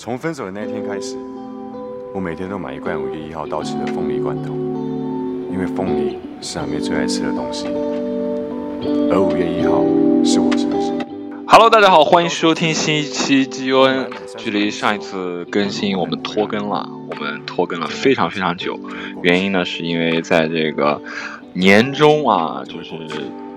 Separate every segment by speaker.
Speaker 1: 从分手的那一天开始，我每天都买一罐五月一号到期的凤梨罐头，因为凤梨是阿妹最爱吃的东西，而五月一号是我生日。
Speaker 2: Hello，大家好，欢迎收听新一期 GUN。距离上一次更新，我们拖更了，我们拖更了非常非常久。原因呢，是因为在这个年中啊，就是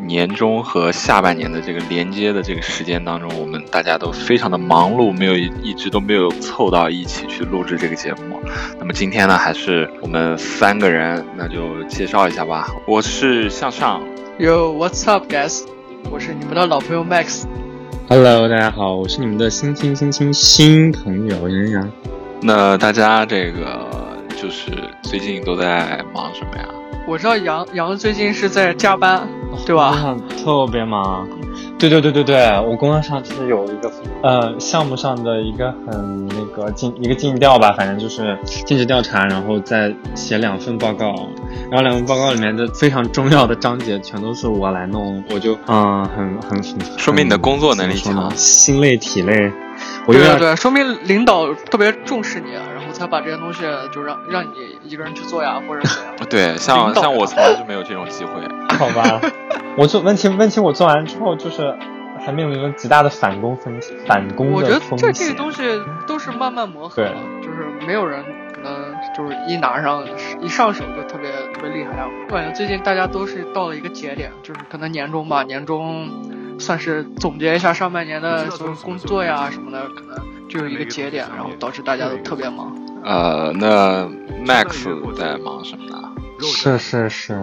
Speaker 2: 年中和下半年的这个连接的这个时间当中，我们大家都非常的忙碌，没有一一直都没有凑到一起去录制这个节目。那么今天呢，还是我们三个人，那就介绍一下吧。我是向上，
Speaker 3: Yo, what's up, guys？我是你们的老朋友 Max。
Speaker 4: Hello，大家好，我是你们的新新新新新朋友任然。
Speaker 2: 那大家这个就是最近都在忙什么呀？
Speaker 3: 我知道杨杨最近是在加班，对吧？
Speaker 4: 工作上特别忙。对对对对对，我工作上就是有一个呃项目上的一个很那个尽一个尽调吧，反正就是尽职调查，然后再写两份报告，然后两份报告里面的非常重要的章节全都是我来弄，我就嗯、很很很，
Speaker 2: 说明你的工作能力
Speaker 4: 怎么说呢
Speaker 2: 强
Speaker 4: 心累体累。我
Speaker 3: 对
Speaker 4: 又要
Speaker 3: 对对，说明领导特别重视你，啊然后才把这些东西就让让你一个人去做呀，或者怎样。
Speaker 2: 对，像
Speaker 3: 领导
Speaker 2: 像我从来就没有这种机会。
Speaker 4: 好吧，我做问题问题我做完之后，就是还面临了极大的反攻风险，反攻
Speaker 3: 我觉
Speaker 4: 的
Speaker 3: 得
Speaker 4: 风
Speaker 3: 这
Speaker 4: 险。
Speaker 3: 这个东西都是慢慢磨合的，就是没有人可能就是一拿上一上手就特别特别厉害啊。我感觉最近大家都是到了一个节点，就是可能年终吧，年终算是总结一下上半年的所有工作呀什么的，可能就有一个节点，然后导致大家都特别忙。
Speaker 2: 呃，那 Max 在忙什么呢？
Speaker 4: 是是是，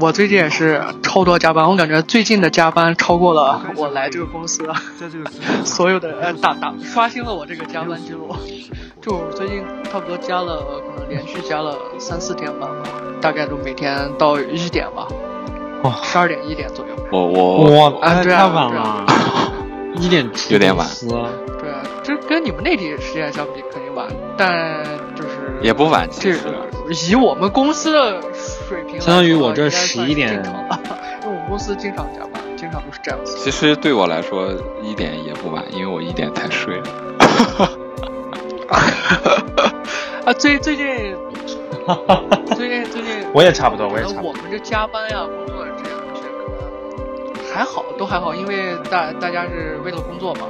Speaker 3: 我最近也是超多加班，我感觉最近的加班超过了我来这个公司啊
Speaker 5: 在这个世界
Speaker 3: 所有的呃打打刷新了我这个加班记录。就我最近差不多加了，呃可能连续加了三四天班吧，大概就每天到一点吧，
Speaker 4: 哇
Speaker 3: 十二点一点左右。
Speaker 2: 我我
Speaker 4: 哇，哎
Speaker 3: 对啊
Speaker 4: 太晚了，一点出
Speaker 2: 有点晚
Speaker 4: 公司
Speaker 3: 对，啊这跟你们内地时间相比肯定晚，但就是
Speaker 2: 也不晚，其
Speaker 3: 这
Speaker 2: 实
Speaker 3: 以我们公司的水平来说，
Speaker 4: 相当于我这
Speaker 3: 应该算是
Speaker 4: 11点
Speaker 3: 正常了， 因为我们公司经常加班，经常都是这样子。
Speaker 2: 其实对我来说一点也不晚，因为我一点才睡。
Speaker 3: 啊，最最 近，最近最近，
Speaker 4: 我也差不多我也
Speaker 3: 觉得
Speaker 4: 差不多
Speaker 3: 我们这加班呀、工作这些东西，可能还好，都还好，因为大大家是为了工作嘛。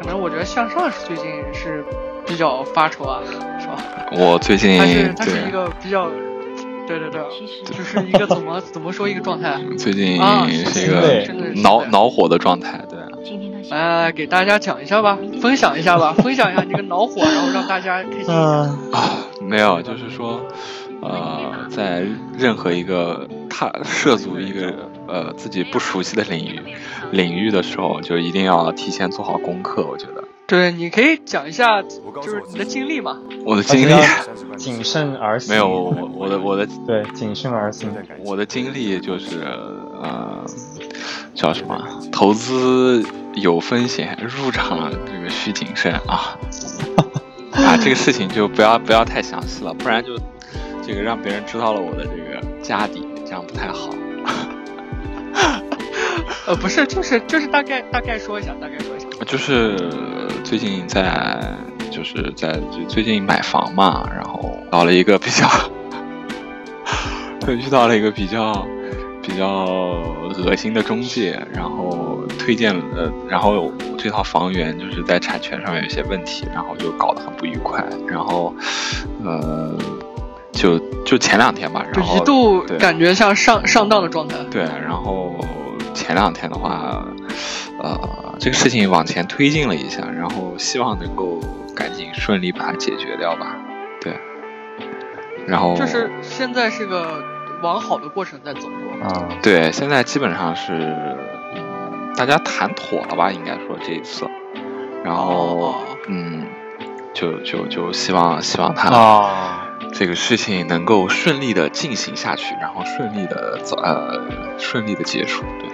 Speaker 3: 可能我觉得向上是最近是比较发愁啊，是吧？
Speaker 2: 我最近
Speaker 3: 他
Speaker 4: 嗯
Speaker 3: 是他是一
Speaker 2: 对
Speaker 3: 个比较，对对对，就是一个怎么怎么说一个状态
Speaker 2: 最
Speaker 4: 嗯
Speaker 2: 近
Speaker 3: 啊，
Speaker 2: 是一
Speaker 4: 心
Speaker 2: 个
Speaker 4: 累
Speaker 3: 真的是
Speaker 2: 恼恼火的状态，对。啊
Speaker 3: 来给大家讲一下吧，分享一下吧，分享一下你这个恼火，然后让大家开心一下。
Speaker 4: 嗯，
Speaker 2: 啊没有，就是说，呃，在任何一个踏涉足一个呃自己不熟悉的领域领域的时候，就一定要提前做好功课。我觉得
Speaker 3: 对，你可以讲一下就是你的经历嘛。
Speaker 2: 我的经历
Speaker 4: 啊谨慎而 行。
Speaker 2: 没有，我我我的我的
Speaker 4: 对谨慎而行。
Speaker 2: 我的经历就是呃叫什么？投资有风险，入场这个需谨慎 啊啊！这个事情就不要不要太详细了，不然就这个让别人知道了我的这个家底，这样不太好。
Speaker 3: 呃，不是，就是就是大概大概说一下，大概说一下。
Speaker 2: 就是呃最近在，就是在最最近买房嘛，然后到了一个比较，遇到了一个比较比较恶心的中介，然后推荐呃，然后这套房源就是在产权上面有些问题，然后就搞得很不愉快，然后呃，就就前两天吧，
Speaker 3: 就
Speaker 2: 然后
Speaker 3: 一度
Speaker 2: 对哦
Speaker 3: 感觉像上上当的状态。
Speaker 2: 对，然后前两天的话，呃，这个事情往前推进了一下，然后希望能够赶紧顺利把它解决掉吧。对，然后
Speaker 3: 就是现在是个往好的过程在走，是吧？
Speaker 4: 啊，
Speaker 2: 对，现在基本上是嗯大家谈妥了吧，应该说这一次，然后
Speaker 3: 哦
Speaker 2: 嗯，就就就希望希望他
Speaker 3: 哦
Speaker 4: 啊，
Speaker 2: 这个事情能够顺利的进行下去，然后顺利的早呃顺利的结束，对，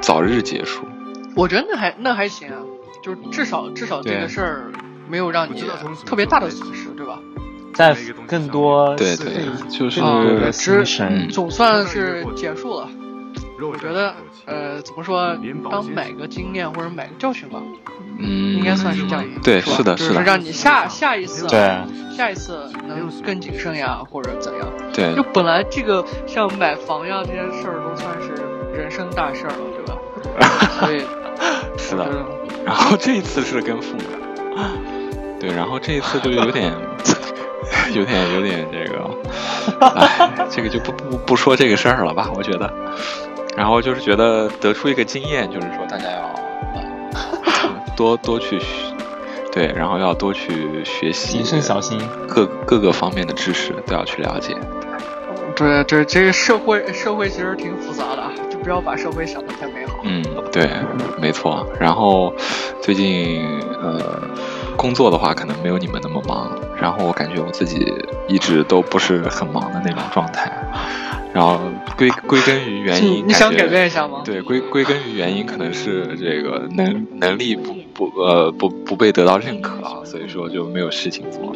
Speaker 2: 早日结束。
Speaker 3: 我觉得那还那还行啊，就是至少至少这
Speaker 2: 对
Speaker 3: 个事儿没有让你特别大的损失，对吧？
Speaker 4: 在更多
Speaker 2: 对
Speaker 4: 是
Speaker 2: 对，就是
Speaker 4: 更多的
Speaker 3: 嗯只
Speaker 4: 心神
Speaker 2: 嗯
Speaker 3: 总算是结束了。我觉得呃怎么说，当买个经验或者买个教训吧，
Speaker 2: 嗯，
Speaker 3: 应该算是这样一个
Speaker 2: 对
Speaker 3: 吧
Speaker 2: 是的
Speaker 3: 就是
Speaker 2: 的
Speaker 3: 让你下下一次啊
Speaker 4: 对
Speaker 3: 下一次能更谨慎呀，或者怎样。
Speaker 2: 对
Speaker 3: 就本来这个像买房呀这些事儿都算是人生大事儿了，对吧？ 所以
Speaker 2: 是
Speaker 3: 我觉
Speaker 2: 的。
Speaker 3: 得
Speaker 2: 然后这一次是跟父母的，对，然后这一次就有点 有点有点这个，哎，这个就不不不说这个事儿了吧，我觉得。然后就是觉得得出一个经验，就是说大家要呃多多去学，对，然后要多去学习，
Speaker 4: 谨慎小心。
Speaker 2: 各各个方面的知识都要去了解。
Speaker 3: 对对，这个社会社会其实挺复杂的，啊，就不要把社会想得太美好。
Speaker 2: 嗯，对，没错。然后最近呃，工作的话可能没有你们那么忙，然后我感觉我自己一直都不是很忙的那种状态。然后归归根于原
Speaker 3: 你
Speaker 2: 因，
Speaker 3: 你想改
Speaker 2: 感觉
Speaker 3: 变一下吗？
Speaker 2: 对，归归根于原因可能是这个能能力不不呃不不被得到认可啊，所以说就没有事情做，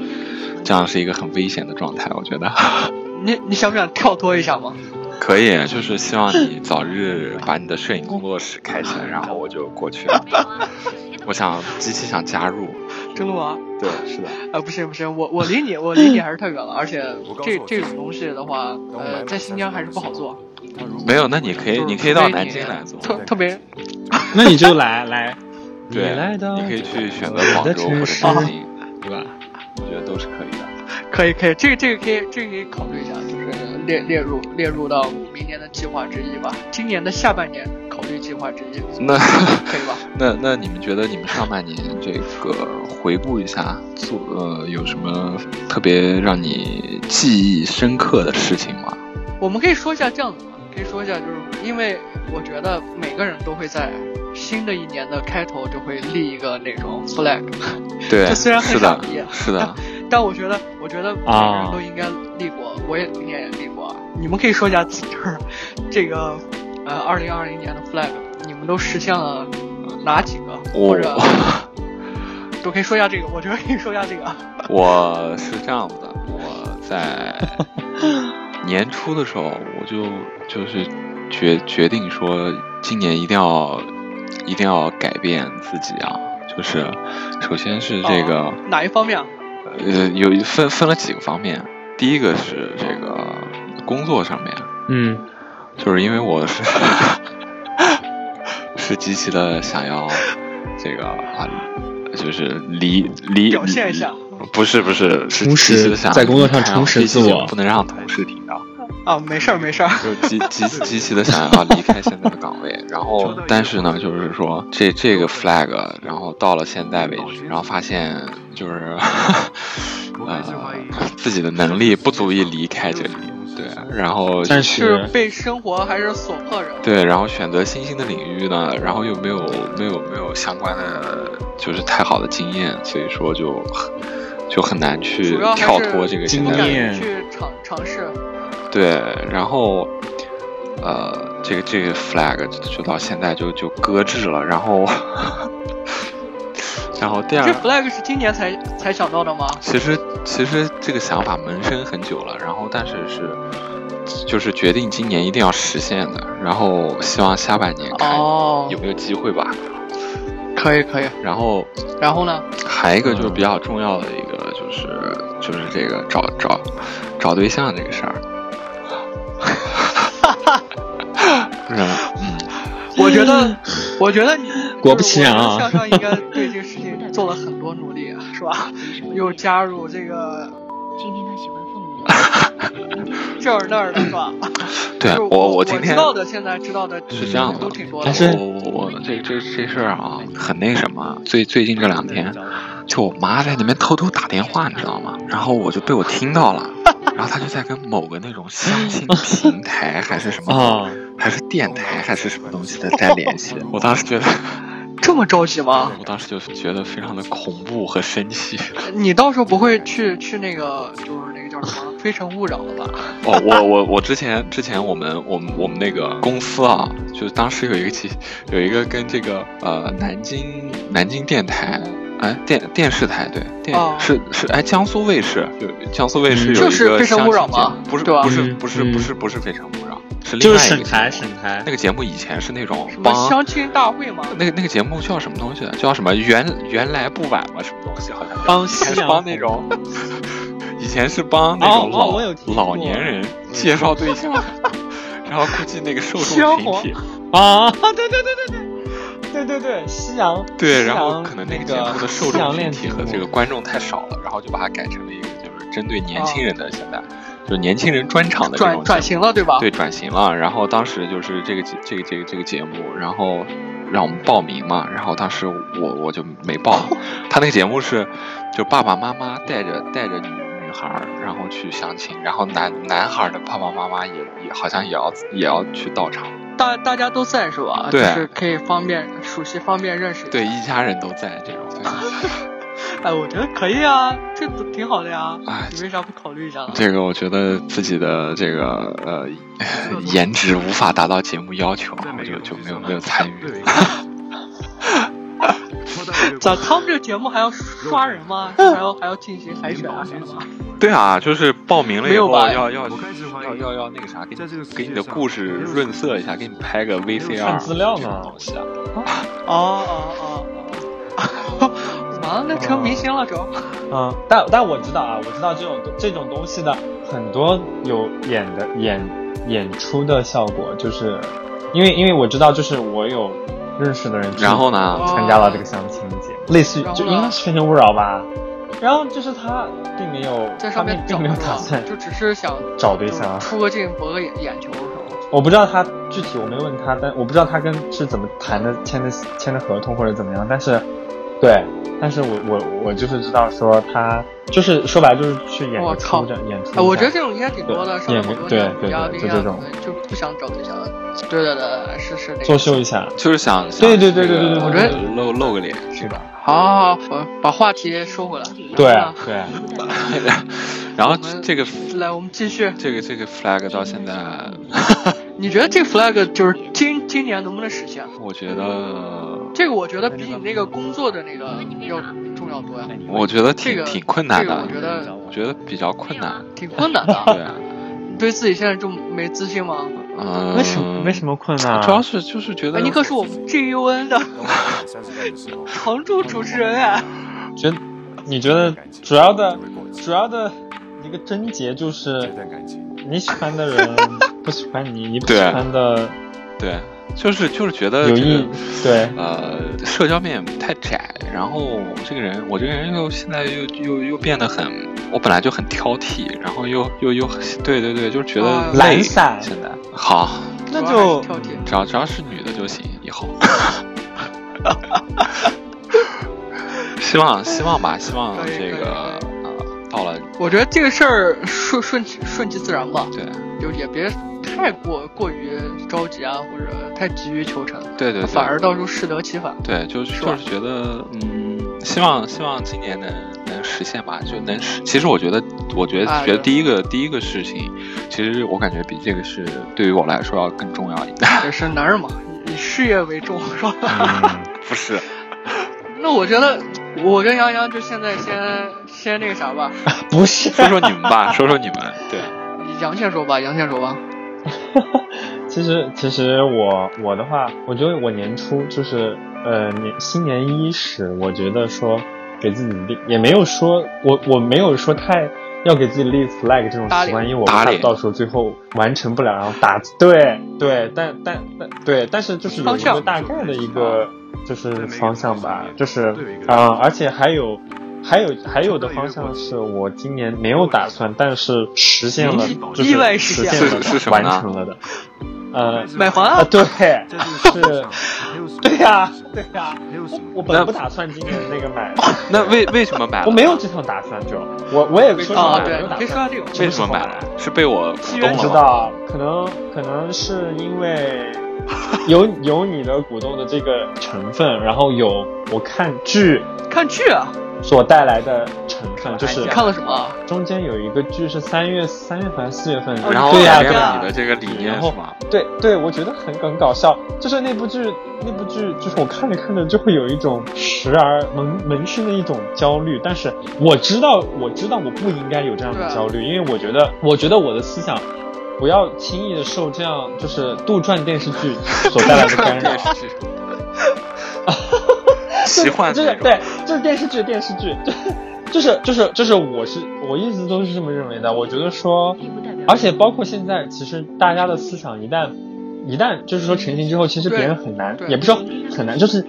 Speaker 2: 这样是一个很危险的状态，我觉得。
Speaker 3: 你你想不想跳脱一下吗？
Speaker 2: 可以，就是希望你早日把你的摄影工作室开起来，然后我就过去了。
Speaker 5: 啊
Speaker 2: 我想极其想加入。
Speaker 3: 真的吗？
Speaker 2: 对，是的，
Speaker 3: 啊，不行不行，我我离你我离你还是太远了，而且
Speaker 1: 我告诉
Speaker 3: 这
Speaker 1: 我
Speaker 3: 这
Speaker 1: 自己
Speaker 3: 种东西的话，呃，在新疆还是不好做。
Speaker 2: 没有，那你可以，
Speaker 3: 就是
Speaker 2: 你可以
Speaker 3: 除
Speaker 2: 到
Speaker 3: 非
Speaker 2: 南
Speaker 3: 你
Speaker 2: 京来做，
Speaker 3: 特特别
Speaker 4: 那你就来来，
Speaker 2: 对
Speaker 4: 你来到
Speaker 2: 你可以去选择
Speaker 4: 我
Speaker 2: 广
Speaker 4: 的
Speaker 2: 州或者
Speaker 4: 城市，
Speaker 2: 南京，
Speaker 4: 对吧？
Speaker 2: 我觉得都是可以的。
Speaker 3: 可以可以，这个这个可以这个可以考虑一下，就是列列入列入到明年的计划之一吧，今年的下半年考虑计划之一，
Speaker 2: 那
Speaker 3: 可以吧？
Speaker 2: 那那你们觉得你们上半年这个回顾一下，做呃有什么特别让你记忆深刻的事情吗？
Speaker 3: 我们可以说一下这样子嘛，可以说一下，就是因为我觉得每个人都会在新的一年的开头就会立一个那种 flag，
Speaker 2: 对，
Speaker 3: 这虽然很
Speaker 2: 是
Speaker 3: 傻
Speaker 2: 的
Speaker 3: 逼，
Speaker 2: 是 的，
Speaker 3: 但我觉得，我觉得每个
Speaker 2: 啊
Speaker 3: 人都应该立过，我也你也立过。你们可以说一下自己儿这个呃，二零二零年的 flag，你们都实现了呃哪几个？或者
Speaker 2: 哦
Speaker 3: 都可以说一下这个，我觉得可以说一下这个。
Speaker 2: 我是这样子的，我在年初的时候，我就就是决决定说，今年一定要一定要改变自己啊！就是首先是这个、
Speaker 3: 啊哪一方面啊？
Speaker 2: 呃，有一分分了几个方面，第一个是这个工作上面，
Speaker 4: 嗯，
Speaker 2: 就是因为我 是是极其的想要这个啊，就是离离
Speaker 3: 表现一下
Speaker 2: 不是不是，是
Speaker 4: 充
Speaker 2: 极其
Speaker 4: 实
Speaker 2: 的想
Speaker 4: 在工作上
Speaker 2: 离开啊
Speaker 4: 充实
Speaker 2: 必须
Speaker 4: 自我
Speaker 2: 不能让同事听到，
Speaker 3: 啊，没事儿没事儿。
Speaker 2: 就极极极其的想要离开现在的岗位。然 后，但是呢，就是说这这个 flag，然后到了现在为止，然后发现就是 呃自己的能力不足以离开这里，对，啊然后
Speaker 4: 但
Speaker 3: 是
Speaker 4: 是
Speaker 3: 被生活还是所迫着？
Speaker 2: 对，然后选择新兴的领域呢，然后又没有没有没有相关的就是太好的经验，所以说就很就很难去
Speaker 3: 主要还是
Speaker 2: 跳脱这个现
Speaker 4: 经
Speaker 2: 在
Speaker 3: 不
Speaker 2: 的
Speaker 3: 敢
Speaker 4: 验
Speaker 3: 去尝尝试。
Speaker 2: 对，然后呃，这个这个 flag 就就到现在就就搁置了，然后 然后第二
Speaker 3: 这 flag 是今年才才想到的吗？
Speaker 2: 其实其实这个想法萌生很久了，然后但是是就是决定今年一定要实现的，然后希望下半年看
Speaker 3: 哦，
Speaker 2: 有没有机会吧。
Speaker 3: 可以可以。
Speaker 2: 然后
Speaker 3: 然后呢？
Speaker 2: 还有一个就是比较重要的一个就是就是这个找找找对象这个事儿。然后嗯
Speaker 3: 我觉得，我觉得你
Speaker 4: 嗯果不其然啊
Speaker 3: 就是我觉得向上应该对这个事情做了很多努力，啊是 吧？又加入这个，
Speaker 5: 今天他喜欢 凤梨
Speaker 3: 这儿那儿的，是吧？
Speaker 4: 嗯
Speaker 2: 对
Speaker 3: 就是
Speaker 2: 我
Speaker 3: 我
Speaker 2: 今
Speaker 3: 知
Speaker 2: 天
Speaker 3: 道的，现在知道的
Speaker 2: 是这样的
Speaker 3: 都挺多的
Speaker 4: 但。是
Speaker 2: 我我我这这这事儿啊，很那什么。最最近这两天，就我妈在那边偷偷打电话，你知道吗？然后我就被我听到了，然后她就在跟某个那种相亲平台还是什么，
Speaker 4: 啊，
Speaker 2: 还是电台还是什么东西的在联 系。我当时觉得，
Speaker 3: 这么着急吗？
Speaker 2: 我当时就觉得非常的恐怖和生气。
Speaker 3: 你到时候不会去去那个就是那个叫什么《非诚勿扰》了吧？
Speaker 2: 哦，我我我之前之前我们我们我们那个公司啊，就是当时有一个其有一个跟这个呃南京南京电台。哎，电电视台对电、
Speaker 3: 哦
Speaker 2: 是是哎，江苏卫视有江苏卫视有一
Speaker 3: 就
Speaker 2: 个
Speaker 3: 是非诚勿扰
Speaker 2: 相亲节目
Speaker 3: 吗
Speaker 2: 不是
Speaker 3: 对吧
Speaker 2: 不是
Speaker 4: 嗯
Speaker 2: 不是
Speaker 4: 嗯
Speaker 2: 不是不是非诚勿扰，是另
Speaker 4: 就
Speaker 2: 外
Speaker 4: 是
Speaker 2: 一个
Speaker 4: 审
Speaker 2: 台
Speaker 4: 台审台
Speaker 2: 那，个节目以前是那种
Speaker 3: 什么
Speaker 2: 帮
Speaker 3: 相亲大会吗？
Speaker 2: 那个那个节目叫什么东西？叫什么？原原来不晚吗？什么东西？好像叫
Speaker 4: 帮
Speaker 2: 以前是
Speaker 4: 夕阳
Speaker 2: 帮那 种，以前是帮那种
Speaker 4: 哦哦
Speaker 2: 老、
Speaker 4: 我有听过嗯
Speaker 2: 老年人介绍对象，然后估计那个受
Speaker 3: 消
Speaker 2: 众群
Speaker 3: 火
Speaker 2: 体
Speaker 4: 啊，对对对对对对对对，夕阳
Speaker 2: 对，
Speaker 4: 夕
Speaker 2: 然后
Speaker 4: 阳
Speaker 2: 可能
Speaker 4: 那
Speaker 2: 那个节目的受
Speaker 4: 夕阳
Speaker 2: 众
Speaker 4: 恋
Speaker 2: 群体
Speaker 4: 情
Speaker 2: 和
Speaker 4: 目
Speaker 2: 这个观众太少了，然后就把它改成了一个就是针对
Speaker 4: 哦
Speaker 2: 年轻人的，现在就是年轻人专场的这
Speaker 3: 转
Speaker 2: 种
Speaker 3: 转
Speaker 2: 节目
Speaker 3: 型了对吧？
Speaker 2: 对，转型了。然后当时就是这个节这个这个这个节目，然后让我们报名嘛。然后当时我我就没 报。他那个节目是，就爸爸妈妈带着带着女女孩儿，然后去相亲，然后男男孩儿的爸爸妈妈也也好像也要也要去到场。
Speaker 3: 大大家都在是吧？
Speaker 2: 对
Speaker 3: 就是可以方便熟悉，方便认识。
Speaker 2: 对，，一家人都在这种。 对
Speaker 3: 哎，我觉得可以啊，这都挺好的呀。
Speaker 2: 哎
Speaker 3: 你为啥不考虑一下呢？
Speaker 2: 这个我觉得自己的这个 呃颜值无法达到节目要求，啊我就就没有没有参与。
Speaker 3: 咋他们这个节目还要刷人吗？
Speaker 4: 嗯
Speaker 3: 还要还要进行海选啊什么的？
Speaker 2: 对啊，就是报名了以
Speaker 3: 没有
Speaker 2: 后
Speaker 3: 吧
Speaker 2: 要要
Speaker 1: 我开始怀疑
Speaker 2: 要要要那个啥，给
Speaker 1: 在这
Speaker 2: 你
Speaker 1: 个世界
Speaker 2: 给你的故事
Speaker 1: 上
Speaker 2: 润色一下，给你拍个
Speaker 1: 看
Speaker 2: VCR
Speaker 4: 资料呢
Speaker 2: 这种东西啊。
Speaker 3: 哦哦哦哦！ 啊，那成明星了都。
Speaker 4: 嗯，但但我知道啊，我知道这种这种东西的很多有演的演演出的效果，就是因为因为我知道，就是我有认识的人，
Speaker 2: 然后呢，
Speaker 4: 参加了这个相亲节目，类似于
Speaker 3: 然后
Speaker 4: 就
Speaker 3: 呢
Speaker 4: 应该是《非诚勿扰》吧。然后就是他并没有，
Speaker 3: 在
Speaker 4: 他
Speaker 3: 上
Speaker 4: 并
Speaker 3: 面找
Speaker 4: 并没有
Speaker 3: 是吧
Speaker 4: 打算，
Speaker 3: 就只是想
Speaker 4: 找对象啊
Speaker 3: 就是出个镜博个眼眼球是吧？
Speaker 4: 我不知道他具体，我没问他，但我不知道他跟是怎么谈的，签的签的合同或者怎么样。但是，对，但是我我我就是知道说他就是说白了就是去演
Speaker 3: 我
Speaker 4: 个
Speaker 3: 靠
Speaker 4: 出的演出一下。
Speaker 3: 哎，我觉得这种应该挺多的，上
Speaker 4: 对
Speaker 3: 了好多
Speaker 4: 对
Speaker 3: 年
Speaker 4: 对
Speaker 3: 女嘉
Speaker 4: 对
Speaker 3: 宾
Speaker 4: 就
Speaker 3: 啊
Speaker 4: 这种，
Speaker 3: 就不想找对象了。对对对，是是那
Speaker 4: 作
Speaker 3: 个。
Speaker 4: 秀一下。
Speaker 2: 就是想
Speaker 4: 对对对对对对
Speaker 2: 想
Speaker 4: 对
Speaker 2: 这个哎
Speaker 3: 对
Speaker 2: 露露个脸
Speaker 4: 是
Speaker 2: 是吧？
Speaker 3: 好好，好，我把话题收回来。
Speaker 4: 对啊
Speaker 3: 然后呢
Speaker 4: 对，
Speaker 2: 然后
Speaker 3: 我们
Speaker 2: 这个
Speaker 3: 来，我们继续。
Speaker 2: 这个这个 flag 到现在，
Speaker 3: 你觉得这 flag 就是今今年能不能实现？
Speaker 2: 我觉得
Speaker 3: 这个我觉得比你那个工作的那个要重要多呀。
Speaker 2: 我觉得挺
Speaker 3: 这个
Speaker 2: 挺困难
Speaker 3: 这个我
Speaker 2: 的，
Speaker 3: 觉得
Speaker 2: 我觉得比较困难。
Speaker 3: 挺困难的。
Speaker 2: 对啊，
Speaker 3: 你对自己现在这么没自信吗？
Speaker 2: 嗯，
Speaker 4: 为什么为什么困难啊？
Speaker 2: 主要是就是觉得
Speaker 3: 哎，你可是我们 GUN 的
Speaker 1: 三十岁的时候，
Speaker 3: 常驻主持人哎。
Speaker 4: 觉得你觉得主要的主要的一个症结就是
Speaker 1: 这段感情
Speaker 4: 你喜欢的人不喜欢你，你不
Speaker 2: 对
Speaker 4: 喜欢的
Speaker 2: 对，就是就是觉得
Speaker 4: 有
Speaker 2: 这个
Speaker 4: 意对。
Speaker 2: 呃，社交面太窄，然后我这个人，我这个人又现在又又又变得很，我本来就很挑剔，然后又又又对对对，就是觉得
Speaker 3: 啊
Speaker 2: 累。
Speaker 4: 懒散
Speaker 2: 现在好，
Speaker 4: 那
Speaker 3: 主要还
Speaker 4: 就是
Speaker 3: 挑剔。
Speaker 2: 只要只要是女的就行，以后。 希望希望吧，希望
Speaker 3: 可以
Speaker 2: 这
Speaker 3: 可以
Speaker 2: 个呃到了
Speaker 3: 我觉得这个事儿顺顺其顺其自然吧，
Speaker 2: 对
Speaker 3: 就也别太过过于着急啊，或者太急于求成，
Speaker 2: 对对对，
Speaker 3: 反而到时候适得其反。
Speaker 2: 对，就是
Speaker 3: 是
Speaker 2: 就
Speaker 3: 吧
Speaker 2: 是觉得，嗯，希望希望今年能能实现吧，就能实。其实我觉得，我觉得
Speaker 3: 啊
Speaker 2: 觉得
Speaker 3: 对
Speaker 2: 第一个第一个事情，其实我感觉比这个是对于我来说要更重要一点。
Speaker 3: 也是男人嘛，以事业为重，是吧？
Speaker 4: 嗯
Speaker 2: 不是，
Speaker 3: 那我觉得，我跟杨洋就现在先先那个啥吧，
Speaker 4: 不是，
Speaker 2: 说说你们吧，说说你们。对，
Speaker 3: 杨倩说吧，杨倩说吧。
Speaker 4: 其实其实我我的话，我觉得我年初就是呃年新年伊始，我觉得说给自己立也没有说我我没有说太要给自己立 flag 这种
Speaker 3: 打
Speaker 4: 习
Speaker 3: 脸
Speaker 4: 惯，因为我
Speaker 2: 打
Speaker 4: 怕
Speaker 2: 脸
Speaker 4: 到时候最后完成不了，然后打对对，但但但对，但是就是有
Speaker 3: 方
Speaker 4: 一个
Speaker 3: 向
Speaker 4: 大概的一个就是方向吧，就是
Speaker 1: 对每个人
Speaker 4: 啊、而且还有。还有还有的方向是我今年没有打算，但是实现了
Speaker 1: 意，
Speaker 4: 就是
Speaker 3: 意外实现
Speaker 4: 现
Speaker 2: 是
Speaker 4: 了
Speaker 2: 是什么
Speaker 4: 完
Speaker 2: 呢
Speaker 4: 成了的。呃
Speaker 3: 买房
Speaker 4: 啊，
Speaker 3: 啊，
Speaker 4: 对，
Speaker 1: 在这个世界上还有什么
Speaker 4: 对呀，对呀。
Speaker 1: 还有什么
Speaker 4: 我本来
Speaker 2: 那
Speaker 4: 不打算今年那个买，
Speaker 2: 那为为什么买了？
Speaker 4: 我没有这种打算就，我我也说实话
Speaker 3: 啊，
Speaker 4: 没
Speaker 3: 对
Speaker 4: 有，打
Speaker 3: 别说
Speaker 4: 算
Speaker 3: 到。这个，
Speaker 2: 为什么买了？是被我鼓动
Speaker 4: 不知
Speaker 2: 了吗？
Speaker 4: 道，可能可能是 因为有有你的股东的这个成分，然后有我看剧
Speaker 3: 看剧啊，
Speaker 4: 所带来的成分，就是
Speaker 3: 你看了什么啊？
Speaker 4: 中间有一个剧是三月三月份还是四月份，
Speaker 3: 哦
Speaker 2: 然后
Speaker 4: 对呀、
Speaker 2: 改
Speaker 4: 对
Speaker 2: 变
Speaker 4: 呀、
Speaker 2: 了你的这个理念
Speaker 4: 然
Speaker 2: 是
Speaker 4: 后
Speaker 2: 吗？
Speaker 4: 对对，我觉得很很搞笑，就是那部剧，那部剧就是我看着看着就会有一种时而萌萌生的一种焦虑，但是
Speaker 2: 啊
Speaker 4: 我知道我知道我不应该有这样的焦虑，因为我觉得我觉得我的思想不要轻易的受这样就是杜撰电视 剧所带来的干扰。
Speaker 2: 奇幻
Speaker 4: 就是对，就是电视剧，电视剧， 就是就是就是我是我一直都是这么认为的。我觉得说，而且包括现在，其实大家的思想一旦一旦就是说成型之后，其实别人很难，也不是很难，就是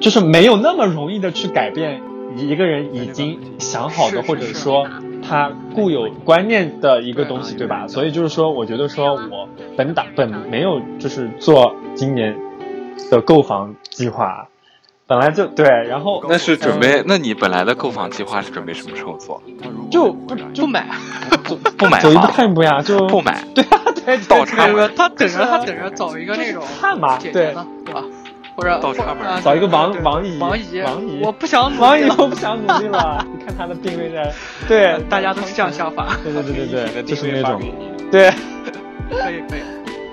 Speaker 4: 就是没有那么容易的去改变一个人已经想好的，或者说他固有观念的一个东西，对吧？所以就是说，我觉得说我本打本没有就是做今年的购房计划。本来就对，然后
Speaker 2: 那是准备，那你本来的购房计划是准备什么时候做？
Speaker 4: 就不
Speaker 3: 就买，
Speaker 2: 不不买，
Speaker 4: 走一步看一步呀，就
Speaker 2: 不买。
Speaker 4: 对啊，对，
Speaker 2: 倒插
Speaker 3: 门，他等着他等着找一个那种
Speaker 4: 看嘛，
Speaker 3: 对吧？或者呃
Speaker 2: 倒插门，
Speaker 4: 找一个王王姨，
Speaker 3: 王
Speaker 4: 姨，王姨，
Speaker 3: 我不想
Speaker 4: 王姨，我不想努力了。你看他的定位在，对，
Speaker 3: 大家都是这样想法。
Speaker 4: 对对对对对，就是那种，对，
Speaker 3: 可以可
Speaker 4: 哎
Speaker 3: 以。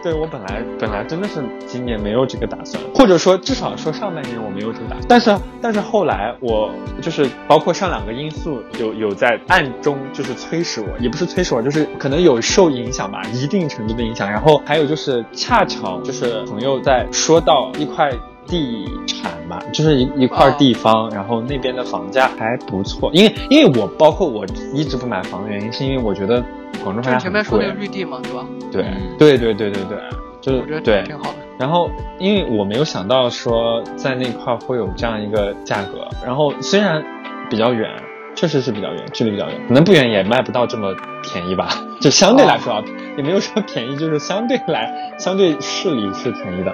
Speaker 4: 对我本来本来真的是今年没有这个打算，或者说至少说上半年我没有这个打算，但是但是后来我就是包括上两个因素有有在暗中就是催使我，也不是催使我，就是可能有受影响吧，一定程度的影响。然后还有就是恰巧就是朋友在说到一块。地产嘛，就是一一块地方，然后那边的房价还不错。因为因为我包括我一直不买房的原因，是因为我觉得广州房价
Speaker 3: 前面说的绿地嘛，对吧？
Speaker 4: 对对对对对对，就是
Speaker 3: 嗯我觉得
Speaker 4: 对
Speaker 3: 挺好的。
Speaker 4: 然后因为我没有想到说在那块会有这样一个价格，然后虽然比较远，确实是比较远，距离比较远，可能不远也卖不到这么便宜吧， 就相对来说啊。哦也没有说便宜，就是相对来，相对市里是便宜的，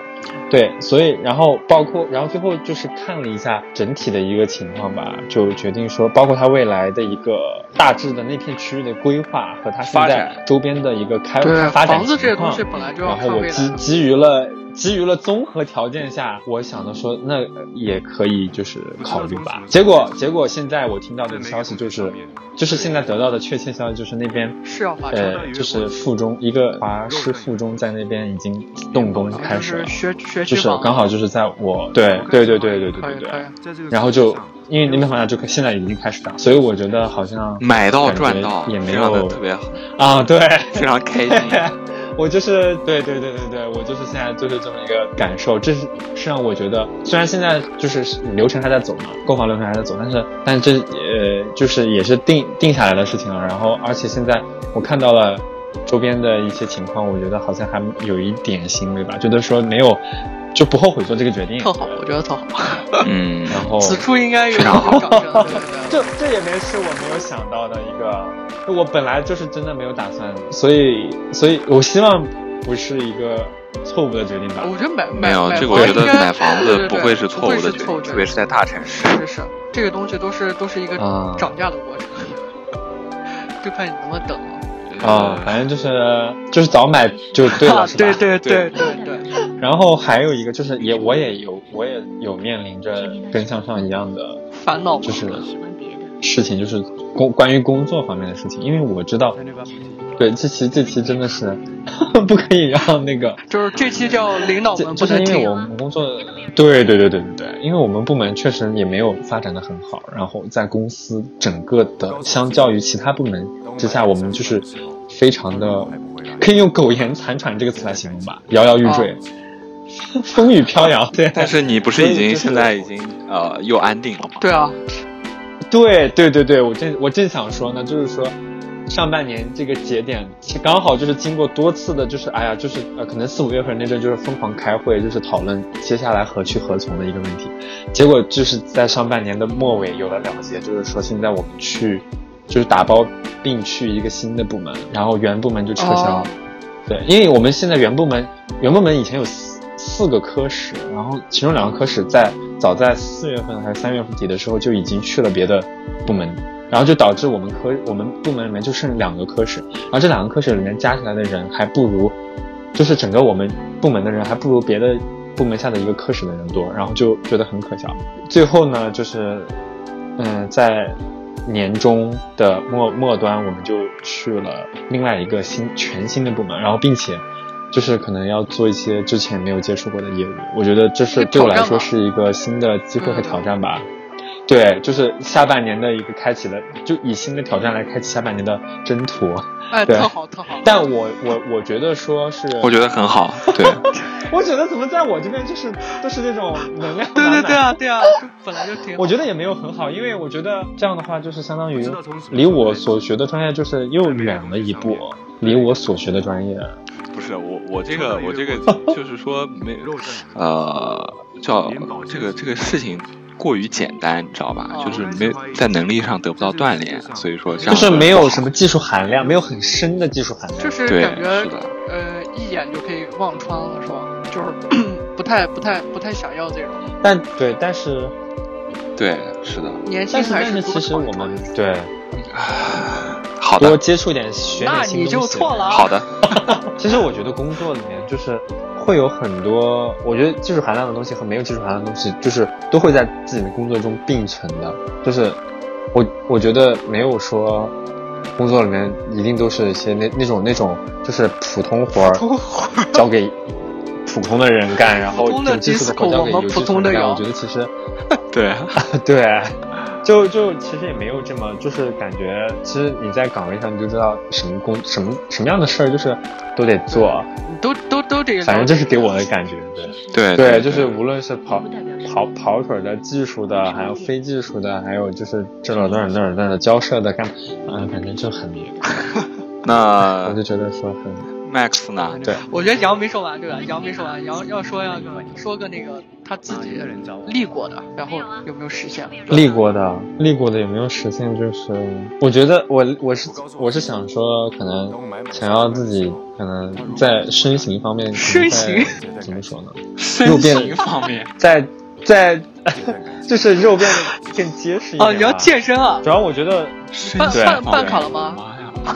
Speaker 4: 对，所以然后包括，然后最后就是看了一下整体的一个情况吧，就决定说，包括它未来的一个大致的那片区域的规划和它现在周边的一个开发展
Speaker 3: 啊房子这个东西本来就
Speaker 4: 然后我基基于了基于了综合条件下，我想着说那也可以就是考虑吧。结果结果现在我听到这个消息就是，就是现在得到的确切消息就是那边
Speaker 3: 是要发
Speaker 4: 呃就是附中。一个华师附中在那边已经动工开始了，就是刚好就是在我对对对对对对对对，然后就因为那边房价就现在已经开始涨，所以我觉得好像
Speaker 2: 买到赚到
Speaker 4: 也没有
Speaker 2: 特别 好
Speaker 4: 啊，对，
Speaker 2: 非常开心。
Speaker 4: 我就是对对对对对，我就是现在就是这么一个感受，这是是让我觉得，虽然现在就是流程还在走嘛，购房流程还在走，但是但这呃就是也是定定下来的事情了，然后而且现在我看到了。周边的一些情况，我觉得好像还有一点欣慰吧，觉得说没有就不后悔做这个决定，
Speaker 3: 特好，我觉得特好。
Speaker 4: 哦
Speaker 2: 嗯，
Speaker 4: 然后
Speaker 3: 此处应该有掌 声。
Speaker 4: 啊这这也没是我没有想到的一个，我本来就是真的没有打算，所以所以我希望不是一个错误的决定吧。
Speaker 3: 我觉得买
Speaker 2: 没有这个，我觉得买房子不会是错误的决定，特别是在大城市。
Speaker 3: 是是，这个东西都是都是一个
Speaker 4: 啊
Speaker 3: 涨价的过程，就看你能不能等。
Speaker 2: 哦
Speaker 4: 啊，
Speaker 2: 哎
Speaker 4: 反正就是就是早买就对了，是吧？
Speaker 3: 啊对对对对对。
Speaker 4: 然后还有一个就是也我也有我也有面临着跟向上一样的
Speaker 3: 烦恼，
Speaker 4: 就是事情就是工关于工作方面的事情，因为我知道，对这期这期真的是 不可以让那个，
Speaker 3: 就是这期叫领导们，
Speaker 4: 就是因为我们工作，对对对对对对，因为我们部门确实也没有发展的很好，然后在公司整个的相较于其他部门之下，我们就是。非常的，可以用“苟延残喘”这个词来形容吧，摇摇欲坠，哦、风雨飘摇。对，
Speaker 2: 但是你不是已经现在已经呃又安定了吗？
Speaker 3: 对啊，
Speaker 4: 对对对对，我正我正想说呢，就是说上半年这个节点刚好就是经过多次的，就是哎呀，就是呃可能四五月份那阵就是疯狂开会，就是讨论接下来何去何从的一个问题，结果就是在上半年的末尾有了了解，就是说现在我们去。就是打包并去一个新的部门，然后原部门就撤销。
Speaker 3: 哦、
Speaker 4: 对，因为我们现在原部门，原部门以前有四四个科室，然后其中两个科室在早在四月份还是三月份底的时候就已经去了别的部门，然后就导致我们科我们部门里面就剩两个科室，然后这两个科室里面加起来的人还不如，就是整个我们部门的人还不如别的部门下的一个科室的人多，然后就觉得很可笑。最后呢，就是嗯，在。年终的末末端，我们就去了另外一个新全新的部门，然后并且就是可能要做一些之前没有接触过的业务。我觉得这是对我来说是一个新的机会和挑战吧。嗯、对，就是下半年的一个开启了，就以新的挑战来开启下半年的征途。
Speaker 3: 哎，
Speaker 4: 对
Speaker 3: 特好特 好。
Speaker 4: 但我我我觉得说是，
Speaker 2: 我觉得很好， 对，
Speaker 4: 我觉得怎么在我这边就是都是这种能量满满。
Speaker 3: 对对对啊对啊，就 本来就挺好。
Speaker 4: 我觉得也没有很好，因为我觉得这样的话就是相当于离我所学的专业就是又远了一步，离我所学的专业。
Speaker 2: 不是我，我这个我这个就是说没 呃叫这个这个事情过于简单，你知道吧？就是没在能力上得不到锻炼，所以说这样
Speaker 4: 就是没有什么技术含量，没有很深的技术含量，
Speaker 3: 就是
Speaker 2: 对
Speaker 3: 感觉
Speaker 2: 是的
Speaker 3: 呃一眼就可以望穿了，是吧？ 就是不太不太不太想要这种
Speaker 4: 但对，但是
Speaker 2: 对是的，
Speaker 3: 年轻
Speaker 4: 但是
Speaker 3: 还
Speaker 4: 但
Speaker 3: 多
Speaker 4: 是其实
Speaker 3: 闯
Speaker 4: 我
Speaker 3: 一
Speaker 4: 们
Speaker 3: 闯
Speaker 4: 对
Speaker 2: 好
Speaker 4: 多
Speaker 2: 的
Speaker 4: 接触点学
Speaker 3: 那
Speaker 4: 点新
Speaker 3: 你
Speaker 4: 东西。
Speaker 3: 就错了啊。
Speaker 2: 好的，
Speaker 4: 其实我觉得工作里面就是会有很多，我觉得技术含量的东西和没有技术含量的东西，就是都会在自己的工作中并存的。就是我我觉得没有说工作里面一定都是一些那那种那种就是普通活儿交给普通的人干，然后
Speaker 3: 普通的
Speaker 4: 有技术的
Speaker 3: disco，
Speaker 4: 活儿交
Speaker 3: 我
Speaker 4: 给有
Speaker 3: 们
Speaker 4: 技
Speaker 3: 普
Speaker 4: 术
Speaker 3: 通的
Speaker 4: 的人干。
Speaker 3: 摇
Speaker 4: 我觉得其实。
Speaker 2: 对，
Speaker 4: 对，就就其实也没有这么，就是感觉其实你在岗位上你就知道什么工什么什么样的事儿就是都得做，
Speaker 3: 你 都都都得
Speaker 4: 反正这是给我的感觉。
Speaker 2: 对
Speaker 4: 对对，
Speaker 2: 对
Speaker 4: 就是无论是跑
Speaker 5: 不代表什么
Speaker 4: 跑跑腿儿的、技术的，还有非技术的，还有就是这儿那儿那儿那儿的交涉的干，啊、反正就很，我
Speaker 2: 那
Speaker 4: 就觉得说很
Speaker 2: Max 呢？
Speaker 4: 对。
Speaker 3: 啊我觉得杨没说完，对吧？杨没说完，杨要说要说个那个他自己立过的，然后有没有实现？
Speaker 4: 啊立过的，立过的有没有实现？就是我觉得我我是我是想说，可能想要自己可能在身形方面，可能
Speaker 3: 身
Speaker 4: 在
Speaker 1: 形
Speaker 4: 怎么说呢？
Speaker 2: 身
Speaker 4: 又变
Speaker 2: 形方面，
Speaker 4: 在在 就是肉变得更结实一点。
Speaker 3: 哦，你要。健身啊？
Speaker 4: 主要我觉得
Speaker 2: 身
Speaker 3: 办
Speaker 2: 形
Speaker 3: 办
Speaker 2: 方面
Speaker 3: 办卡了吗？
Speaker 2: 妈呀！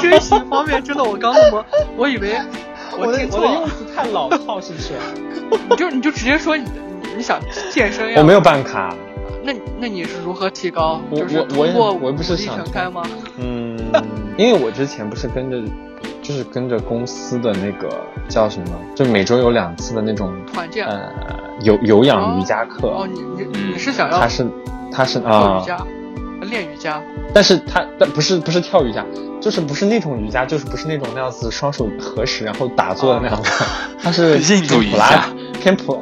Speaker 3: 身形方面真的，我刚我我以为
Speaker 4: 我的
Speaker 3: 听
Speaker 4: 我
Speaker 3: 错
Speaker 4: 的用
Speaker 3: 了，
Speaker 4: 词太老套，是不 是？
Speaker 3: 你就你就直接说你的你你想健身呀？
Speaker 4: 我没有办卡，
Speaker 3: 那那你是如何提高？
Speaker 4: 我
Speaker 3: 就是
Speaker 4: 我
Speaker 3: 通
Speaker 4: 也
Speaker 3: 过
Speaker 4: 我不是
Speaker 3: 武力
Speaker 4: 想
Speaker 3: 全开吗？
Speaker 4: 嗯， 因为我之前不是跟着，就是跟着公司的那个叫什么，就每周有两次的那种
Speaker 3: 团建？
Speaker 4: 呃有有氧瑜伽课，
Speaker 3: 哦，你你你
Speaker 2: 嗯
Speaker 3: 是想要
Speaker 4: 他是他是
Speaker 3: 做
Speaker 4: 啊
Speaker 3: 瑜、伽，练瑜伽？
Speaker 4: 但是他但不是不是跳瑜伽，就是不是那种瑜伽，就是不是那种那样子双手合十然后打坐的那样子， 他
Speaker 2: 哦
Speaker 4: 是
Speaker 2: 印度瑜
Speaker 4: 普拉
Speaker 2: 伽
Speaker 4: 偏普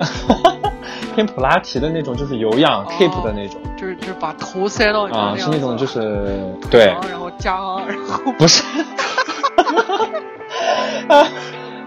Speaker 4: 偏普拉提的那种，就是有氧
Speaker 3: 哦
Speaker 4: keep 的那种
Speaker 3: 就是就是把头塞到你的
Speaker 4: 啊、
Speaker 3: 样
Speaker 4: 是那种
Speaker 3: 子
Speaker 4: 就是对
Speaker 3: 然，后然后加，然后
Speaker 4: 不是。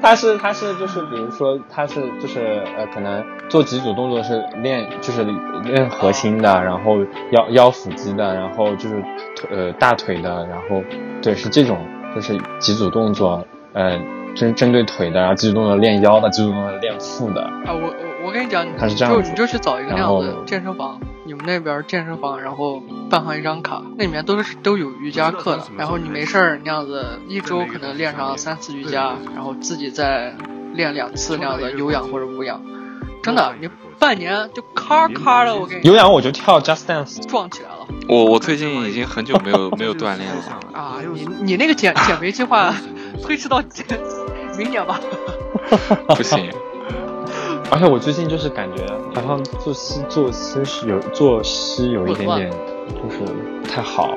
Speaker 4: 他是他是就是比如说他是就是呃可能做几组动作是练就是练核心的，
Speaker 3: 哦
Speaker 4: 然后腰腰腹肌的，然后就是腿呃大腿的，然后对是这种就是几组动作，呃针针对腿的，然后几组动作练腰的，几组动作练腹的，
Speaker 3: 啊，我我我跟你讲，你
Speaker 4: 他是这样
Speaker 3: 就
Speaker 4: 子
Speaker 3: 你就去找一个那
Speaker 4: 然
Speaker 3: 样
Speaker 4: 后
Speaker 3: 的健身房，你们那边健身房，然后办上一张卡，那里面都是都有瑜伽课的，然后你没事儿那样子一周可能练上三次瑜伽，然后自己再练两次那样的有氧或者无氧，真的，你半年就咔咔的，我给你
Speaker 4: 有氧我就跳 Just Dance，
Speaker 3: 壮起来了
Speaker 2: 我我最近已经很久没有没有锻炼 了。
Speaker 3: 啊！你你那个减减肥计划推迟到减明年吧，
Speaker 2: 不行，
Speaker 4: 而且我最近就是感觉好像作息作息是有作息有一点点就是不太好，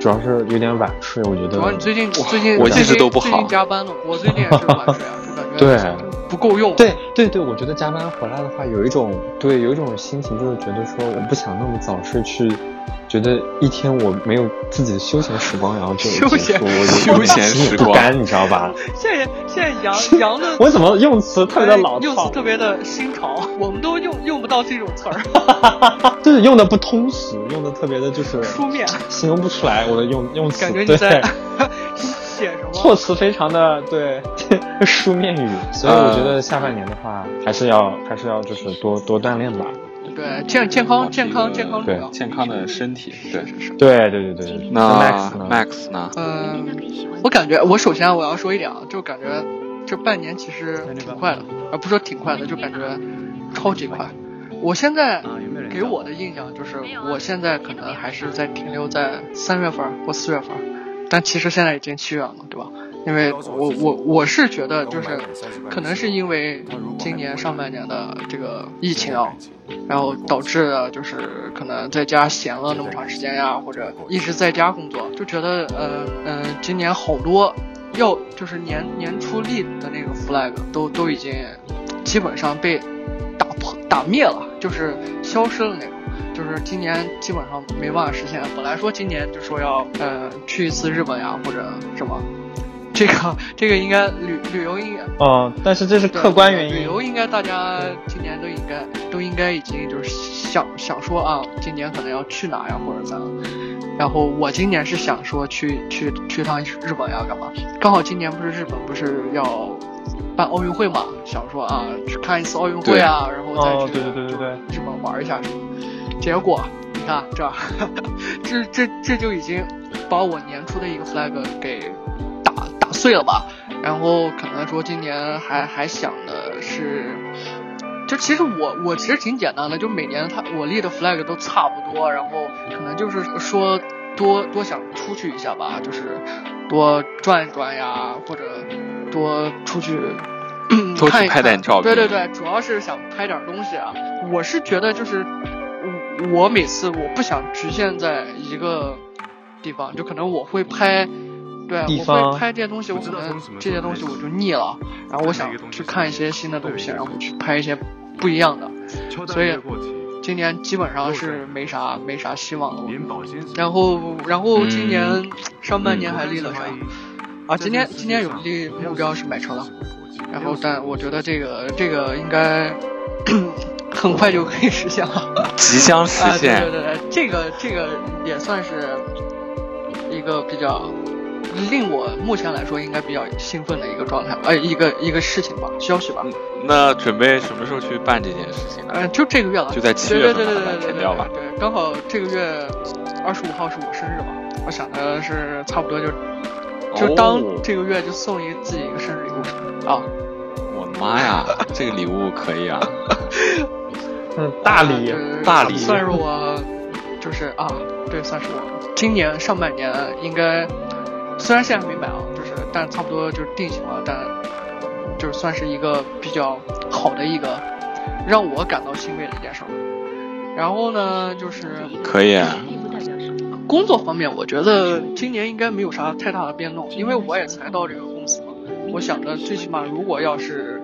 Speaker 4: 主要是有点晚睡，我觉
Speaker 3: 主要你
Speaker 4: 得。
Speaker 3: 最近最近
Speaker 2: 我
Speaker 3: 最
Speaker 2: 一直
Speaker 3: 近
Speaker 2: 都不
Speaker 3: 最
Speaker 2: 好
Speaker 3: 近加班了，我最近也是晚睡啊，就感觉
Speaker 4: 对
Speaker 3: 不够用。
Speaker 4: 对对对，我觉得加班回来的话，有一种对，有一种心情，就是觉得说我不想那么早睡去，觉得一天我没有自己的休闲时光，然后就
Speaker 3: 休闲
Speaker 4: 我
Speaker 2: 休闲时光
Speaker 4: 不甘，你知道吧？
Speaker 3: 现在现在 杨杨的
Speaker 4: 我怎么用词特别的老
Speaker 3: 哎用
Speaker 4: 套
Speaker 3: 词，特别的新潮，我们都用用不到这种词儿，
Speaker 4: 就是用的不通俗，用的特别的就是
Speaker 3: 书面，
Speaker 4: 形容不出来我的用用词，
Speaker 3: 感觉你
Speaker 4: 对
Speaker 3: 在写什
Speaker 4: 措
Speaker 3: 么？
Speaker 4: 辞非常的对 书面语，所以我
Speaker 3: 嗯
Speaker 4: 觉得下半年的话，还是要还是要就是多多锻炼吧。
Speaker 3: 对，健健康哦健康健康重
Speaker 4: 对
Speaker 3: 要。
Speaker 2: 健康的身体。对，
Speaker 4: 对对对对对，
Speaker 2: 那
Speaker 4: Max 呢
Speaker 2: Max 呢？
Speaker 3: 嗯、我感觉我首先我要说一点啊，就感觉这半年其实挺快的，呃而不是说挺快的，就感觉超级快。我现在给我的印象就是，我现在可能还是在停留在三月份儿或四月份儿，但其实现在已经七月了，对吧？因为我我我是觉得就是可能是因为今年上半年的这个疫情啊，然后导致的就是可能在家闲了那么长时间呀、或者一直在家工作，就觉得呃嗯、呃，今年好多要就是年年初立的那个 flag 都都已经基本上被打破打灭了，就是消失了那种。就是今年基本上没办法实现。本来说今年就说要呃去一次日本呀或者什么，这个这个应该旅旅游应该
Speaker 4: 嗯，但是这是客观原
Speaker 3: 旅
Speaker 4: 因。
Speaker 3: 游应该大家今年都应该都应该已经就是想想说啊，今年可能要去哪啊呀，或者咋。然后我今年是想说去去去趟日本呀，干嘛？刚好今年不是日本不是要办奥运会嘛，想说啊去看一次奥运会啊，然后再
Speaker 4: 哦，
Speaker 3: 去
Speaker 4: 对对对对对，
Speaker 3: 日本玩一下什么。结果你看这， 这这这就已经把我年初的一个 flag 给打打碎了吧。然后可能说今年还还想的是，就其实我我其实挺简单的，就每年他我立的 flag 都差不多，然后可能就是说多多想出去一下吧，就是多转一转呀，或者多出去。
Speaker 2: 多去
Speaker 3: 看一
Speaker 2: 拍点
Speaker 3: 看
Speaker 2: 照片
Speaker 3: 对对对，主要是想拍点东西啊。我是觉得就是我我每次我不想局限在一个地方，就可能我会拍，对，
Speaker 4: 地
Speaker 3: 我
Speaker 4: 方
Speaker 3: 会拍这些东西，我
Speaker 1: 不知
Speaker 3: 可
Speaker 1: 道
Speaker 3: 能
Speaker 1: 从什么
Speaker 3: 这些
Speaker 1: 时候
Speaker 3: 东西
Speaker 1: 开
Speaker 3: 我
Speaker 1: 始
Speaker 3: 就腻了，然后我想
Speaker 1: 那个东西
Speaker 3: 去
Speaker 1: 是
Speaker 3: 看一些新的东西，
Speaker 1: 对
Speaker 3: 然后去拍一些不一样的。所以今年基本上是没啥没啥希望了。我然后，然后今年
Speaker 2: 嗯
Speaker 3: 上半年还立
Speaker 1: 嗯
Speaker 3: 了啥？啊，今天今天有立目标是买车了。然
Speaker 1: 嗯
Speaker 3: 后，但我觉得这个这个应该 很快就可以实现了。
Speaker 2: 即将实
Speaker 3: 啊，对
Speaker 2: 现
Speaker 3: 对。对对，这个这个也算是一个比较令我目前来说应该比较兴奋的一个状态吧，呃，一个一个事情吧，消息吧。
Speaker 2: 嗯那准备什么时候去办这件事情呢？
Speaker 3: 嗯，就这个月了，
Speaker 2: 就在七月份把它填掉吧。
Speaker 3: 对，刚好这个月二十五号是我生日嘛，我想的是差不多就就当
Speaker 2: 哦
Speaker 3: 这个月就送一自己一个生日礼物啊。
Speaker 2: 我的妈呀，这个礼物可以啊！
Speaker 4: 嗯，大理
Speaker 3: 呃
Speaker 2: 大理
Speaker 3: 算是我，就是啊，对，算是我今年上半年应该，虽然现在还没买啊，就是但差不多就是定型了，但就是算是一个比较好的一个让我感到欣慰的一件事儿。然后呢，就是
Speaker 2: 可以啊
Speaker 5: 并不代表什么。
Speaker 3: 工作方面，我觉得今年应该没有啥太大的变动，因为我也才到这个公司嘛。我想着最起码，如果要是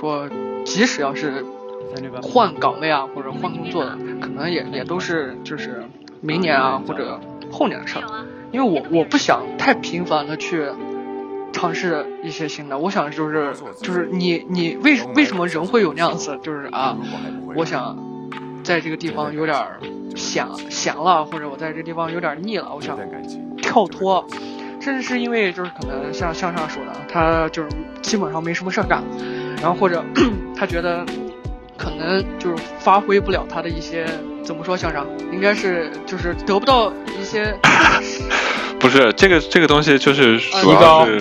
Speaker 3: 说，即使要是换岗位啊，或者换工作的，可能也也都是就是明年啊或者后年的事儿。因为我我不想太频繁的去尝试一些新的，我想就是就是你你为为什么人会有那样子就是啊，我想在这个地方有点儿闲闲了，或者我在这个地方有点儿腻了，我想跳 脱，甚至是因为就是可能像向上说的，啊他就是基本上没什么事儿干，然后或者 他觉得可能就是发挥不了他的一些怎么说向上，应该是就是得不到一些
Speaker 2: 不是这个这个东西，就是
Speaker 3: 呃
Speaker 2: 主
Speaker 4: 一
Speaker 2: 要
Speaker 4: 刀
Speaker 2: 是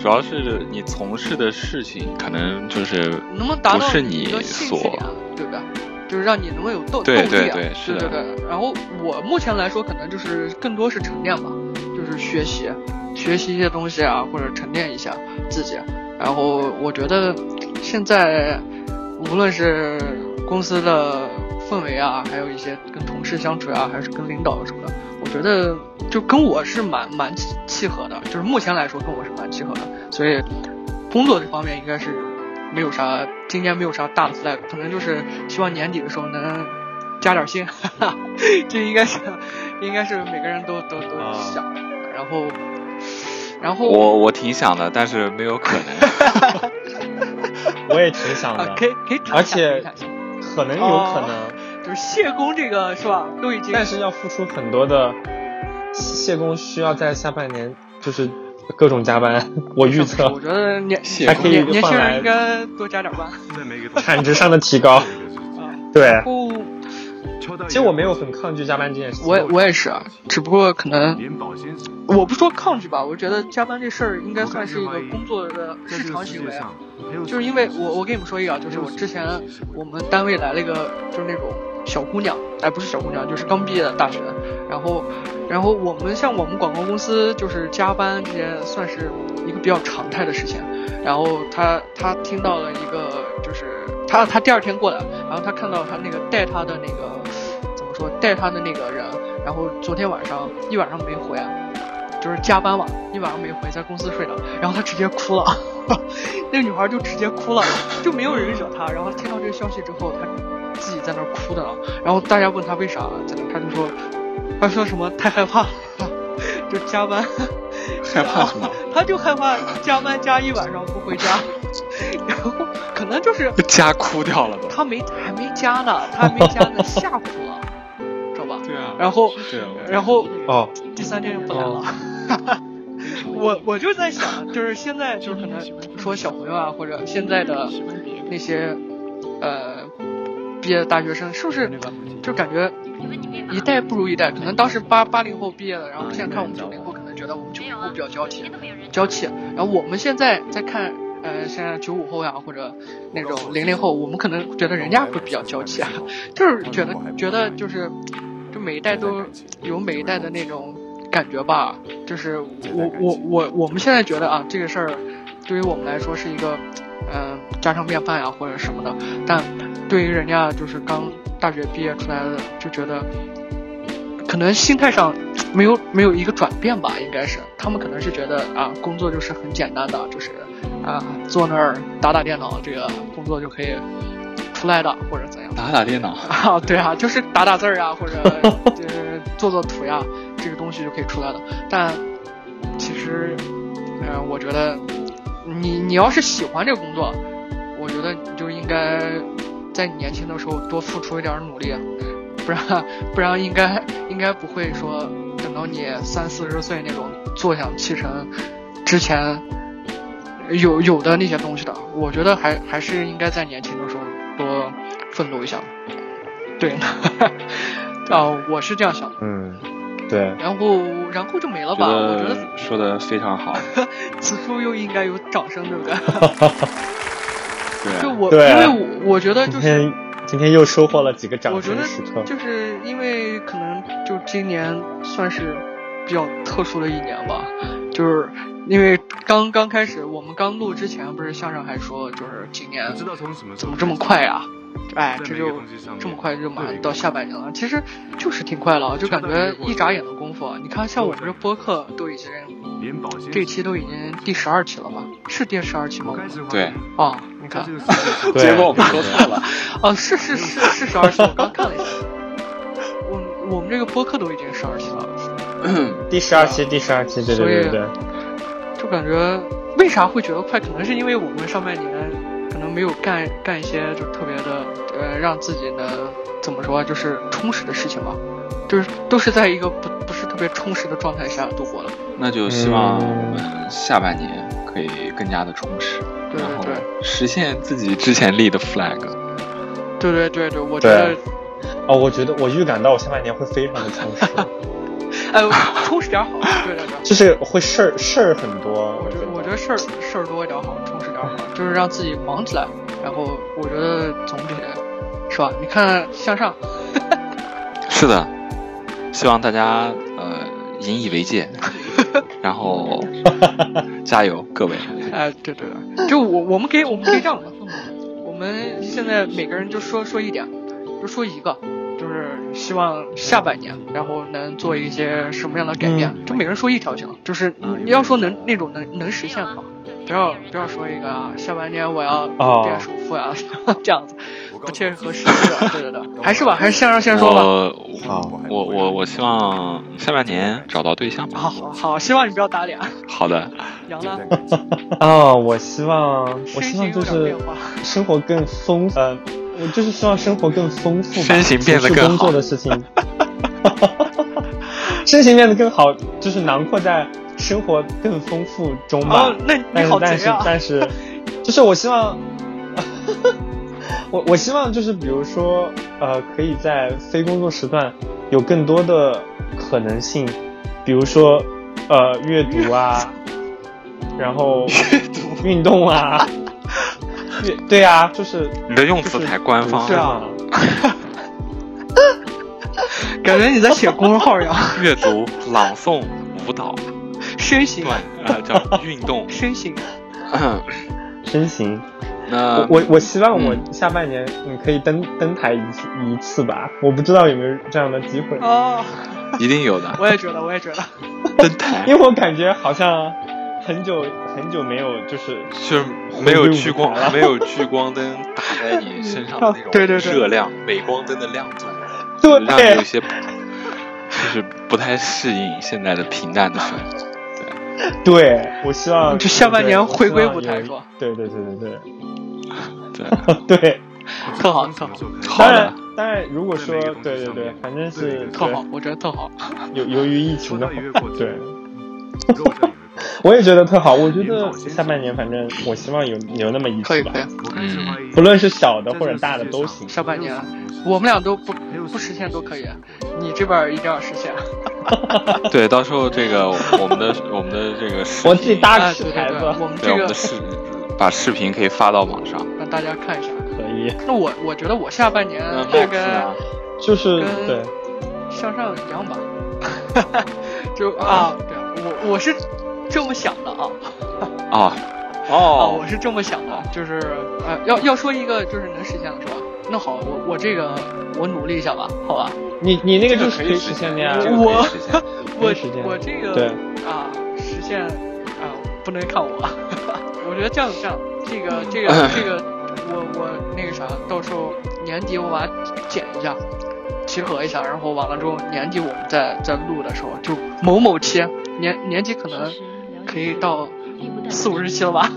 Speaker 2: 主要是你从事的事情，可能就是
Speaker 3: 能不能达
Speaker 2: 不
Speaker 3: 到
Speaker 2: 是你
Speaker 3: 一个兴趣
Speaker 2: 所
Speaker 3: 点，啊对不对？就是让你能够有动
Speaker 2: 对
Speaker 3: 动力啊，
Speaker 2: 对对是的
Speaker 3: 对对对。然后我目前来说，可能就是更多是沉淀吧，就是学习，学习一些东西啊，或者沉淀一下自己。然后我觉得现在无论是公司的氛围啊，还有一些跟同事相处啊，还是跟领导什么的，我觉得就跟我是蛮蛮契契合的，就是目前来说跟我是蛮契合的，所以工作这方面应该是没有啥，今年没有啥大的 flag，可能就是希望年底的时候能加点薪，哈哈，这应该是应该是每个人都都都
Speaker 4: 啊哦
Speaker 3: 想的，然后然后
Speaker 2: 我我挺想的，但是没有可能。
Speaker 4: 我也挺想
Speaker 3: 啊
Speaker 4: 的，
Speaker 3: 可以哦可以谈一下
Speaker 4: 而且
Speaker 3: 谈一下
Speaker 4: 可能有可能，
Speaker 3: 就是谢工这个是吧，都已经
Speaker 4: 但是要付出很多的谢工，需要在下半年就是各种加 班。我预 测
Speaker 3: 我觉得年
Speaker 2: 谢工
Speaker 3: 年
Speaker 4: 还可
Speaker 3: 年
Speaker 4: 以
Speaker 3: 轻
Speaker 4: 换
Speaker 3: 人
Speaker 4: 来哎
Speaker 3: 应该多加点班。
Speaker 4: 产值上的提高，对
Speaker 3: 然。后
Speaker 4: 其实我没有很抗拒加班这件事情，
Speaker 3: 我我也是，啊只不过可能
Speaker 1: 连保鲜纸
Speaker 3: 我不说抗拒吧，我觉得加班这事儿应该算是一个工作的
Speaker 1: 在
Speaker 3: 日
Speaker 1: 这个
Speaker 3: 常
Speaker 1: 世
Speaker 3: 行
Speaker 1: 界
Speaker 3: 为。啊
Speaker 1: 上还有
Speaker 3: 就是因为我我跟你们说一个啊，就是我之前我们单位来了一个就是那种小姑娘，哎不是小姑娘，就是刚毕业的大学，然后然后我们像我们广告公司就是加班这些算是一个比较常态的事情，然后她她听到了一个就是她她第二天过来然后他看到他那个带他的那个怎么说带他的那个人，然后昨天晚上一晚上没回，啊就是加班嘛，一晚上没回，在公司睡了，然后他直接哭了， 那个女孩就直接哭了，就没有人惹他，然后听到这个消息之后，他自己在那儿哭的了，然后大家问他为啥，在那他就说，他说什么太害怕了，就加班。
Speaker 2: 害怕什么？
Speaker 3: 他就害怕加班加一晚上不回家，然后可能就是
Speaker 2: 家哭掉了都。
Speaker 3: 他没还没加呢，他还没加呢，吓唬了，知道吧？
Speaker 2: 对啊。
Speaker 3: 然后，
Speaker 2: 对啊。
Speaker 3: 然后
Speaker 4: 哦，
Speaker 3: 第三天就不来了。 我我就在想，就是现在就是可能说小朋友啊，或者现在的那些呃毕业的大学生，是不是就感觉一代不如一代？可能当时八八零后毕业的，然后现在看我们九零后。觉得我们九零后比较娇气，娇气。然后我们现在在看，呃，现在九五后呀，或者那种零零后，我们可能觉得人家会比较娇气啊，就是觉得觉得就是，就每一代都有每一代的那种感觉吧。就是我我我我们现在觉得啊，这个事儿对于我们来说是一个，嗯、呃，家常便饭呀或者什么的，但对于人家就是刚大学毕业出来的，就觉得。可能心态上没有没有一个转变吧，应该是他们可能是觉得啊，工作就是很简单的，就是啊坐那儿打打电脑，这个工作就可以出来的，或者怎样。
Speaker 2: 打打电脑
Speaker 3: 啊，对啊，就是打打字儿啊，或者就是做做图呀、啊，这个东西就可以出来的。但其实，嗯、呃，我觉得你你要是喜欢这个工作，我觉得你就应该在你年轻的时候多付出一点努力。啊不然，不然应该应该不会说等到你三四十岁那种坐享其成之前有有的那些东西的。我觉得还还是应该在年轻的时候多奋斗一下。对， 啊呃，我是这样想的。
Speaker 4: 嗯，对。
Speaker 3: 然后，然后就没了吧？我觉得
Speaker 2: 说的非常 好。
Speaker 3: 此处又应该有掌声，对不对？
Speaker 2: 对。啊
Speaker 3: 就我，
Speaker 4: 对啊
Speaker 3: 因为我我觉得就是。
Speaker 4: 今天又收获了几个掌
Speaker 3: 声
Speaker 4: 时刻，
Speaker 3: 就是因为可能就今年算是比较特殊的一年吧，就是因为刚刚开始我们刚录之前，不是相声还说就是今年怎么这么快呀、啊？哎，这就这么快就马上到下半年了，其实就是挺快了，就感觉一眨眼的功夫。啊你看，像我们这播客都已经这期都已经第十二期了吧？是第十二期吗？
Speaker 2: 对，
Speaker 3: 哦，你看，
Speaker 2: 结果我们说错了。
Speaker 3: 哦，是是是是十二期，我刚看了一下， 我我们这个播客都已经十二期了，
Speaker 4: 第十二期，第十二期，对对对对，
Speaker 3: 就感觉为啥会觉得快？可能是因为我们上半年。可能没有干干一些就特别的，呃，让自己呢怎么说，啊就是充实的事情吧，就是都是在一个不不是特别充实的状态下度过的。
Speaker 2: 那就希望
Speaker 3: 嗯
Speaker 2: 我们下半年可以更加的充实，
Speaker 3: 对对对，
Speaker 2: 实现自己之前立的 flag。
Speaker 3: 对对对对，我觉得，
Speaker 4: 哦，我觉得我预感到我下半年会非常的充实。
Speaker 3: 哎，充实点好，对对对，
Speaker 4: 就是会事儿事儿很多。
Speaker 3: 我觉得我觉得事儿事儿多一点好，充实点好，就是让自己忙起来。然后我觉得总比是吧？你看向上。
Speaker 2: 是的，希望大家呃引以为戒，然后加油各位。
Speaker 3: 哎，对对对，就我我们哎可以我们可以这样吧，我们现在每个人就说说一点，就说一个。就是希望下半年，然后能做一些什么样的改变？嗯、就每个人说一条就行。就是你要说能那种能能实现的，不要不要说一个啊，下半年我要变首富啊、 哦、这样子， 不切合实际的。对 对对，还是吧，还是向上先说吧。
Speaker 2: 我我我我希望下半年找到对象吧。
Speaker 3: 啊 好好好，希望你不要 打脸。
Speaker 2: 好的。
Speaker 3: 杨呢？
Speaker 4: 啊、 哦，我希望我希望就是生活更丰富。呃我就是希望生活更丰富吧，
Speaker 2: 身形变得更
Speaker 4: 工作的事情， 身形变得更好，就是囊括在生活更丰富中吧。
Speaker 3: 哦，那你好、啊、
Speaker 4: 但是但是，就是我希望， 我我希望就是比如说，呃，可以在非工作时段有更多的可能性，比如说，呃，阅读啊，然后运 动啊。对对啊，就是
Speaker 2: 你的用词太官方
Speaker 4: 了，
Speaker 3: 感觉你在写公众号一样。
Speaker 2: 阅读、朗诵、舞蹈、
Speaker 3: 身形
Speaker 2: 啊、呃，叫运动、
Speaker 3: 身形、
Speaker 4: 身形，
Speaker 3: 嗯
Speaker 2: 那
Speaker 4: 我我希望我下半年你可以登、登台一次一次吧，我不知道有没有这样的机会，
Speaker 3: 哦，
Speaker 2: 一定有的，
Speaker 3: 我也觉 得，我也觉得，
Speaker 2: 登台
Speaker 4: 因为我感觉好像很久很久没有就是
Speaker 2: 就是 没有聚光，没有聚光灯打在你身上的那种
Speaker 3: 对对对
Speaker 2: 热量，镁光灯的亮度，
Speaker 4: 对
Speaker 2: 让你有些 就是不太适应现在的平淡的生活。
Speaker 4: 对，我希望
Speaker 3: 嗯就下半年回归舞台
Speaker 4: 是
Speaker 3: 是吧？
Speaker 4: 对对对对对。
Speaker 2: 对，
Speaker 4: 对，
Speaker 3: 特好，特好，
Speaker 2: 好
Speaker 4: 当
Speaker 2: 的
Speaker 4: 然，，当然，如果说
Speaker 1: 对每个东西
Speaker 4: 对对
Speaker 1: 上
Speaker 4: 对
Speaker 1: 面，
Speaker 4: 反正
Speaker 1: 都有一
Speaker 4: 是
Speaker 1: 个
Speaker 4: 对
Speaker 3: 特好，我觉得特好。
Speaker 4: 由由于疫 情的话，对，
Speaker 1: 肉酱
Speaker 4: 我也觉得特好。我觉得下半年，反正我希望有有那么一
Speaker 3: 可以
Speaker 4: 次吧
Speaker 3: 可，以，
Speaker 2: 嗯
Speaker 4: 不论是小的或者大的都行。
Speaker 3: 下半年我们俩都不不实现都可以，啊你这边一定要实现。
Speaker 2: 对，到时候这个我们的我们的这个视频，
Speaker 4: 我自己
Speaker 3: 啊，
Speaker 4: 搭个视
Speaker 3: 对
Speaker 4: 牌
Speaker 3: 对对，
Speaker 4: 子
Speaker 3: 我们
Speaker 2: 对
Speaker 3: 这
Speaker 2: 我们
Speaker 3: 个
Speaker 2: 的视把视频可以发到网上。
Speaker 3: 让大家看一下。
Speaker 4: 可以，
Speaker 3: 那我我觉得我下半年
Speaker 4: 嗯
Speaker 2: 那
Speaker 3: 大
Speaker 2: Max
Speaker 3: 概
Speaker 2: 呢？
Speaker 4: 就是
Speaker 3: 跟
Speaker 4: 对，
Speaker 3: 向上一样吧， 就啊，对我我是这么想的啊。
Speaker 2: 啊
Speaker 3: 啊，
Speaker 2: 哦
Speaker 3: 我，是这么想的，就是呃，要要说一个就是能实现的是吧？那好，我我这个我努力一下吧，好吧？
Speaker 4: 你你那
Speaker 2: 这
Speaker 4: 个就是
Speaker 2: 可以
Speaker 4: 实现的呀。
Speaker 2: 这个
Speaker 3: 我
Speaker 2: 可以实现
Speaker 3: 我
Speaker 4: 能实现
Speaker 3: 我这个
Speaker 4: 对
Speaker 3: 啊，实现啊，不能看我， 我觉得这样这样，这个这个这个，我我那个啥，到时候年底我把它剪一下，集合一下，然后完了之后年底我们再再录的时候，就某某期年年底可能可以到四五十期了吧，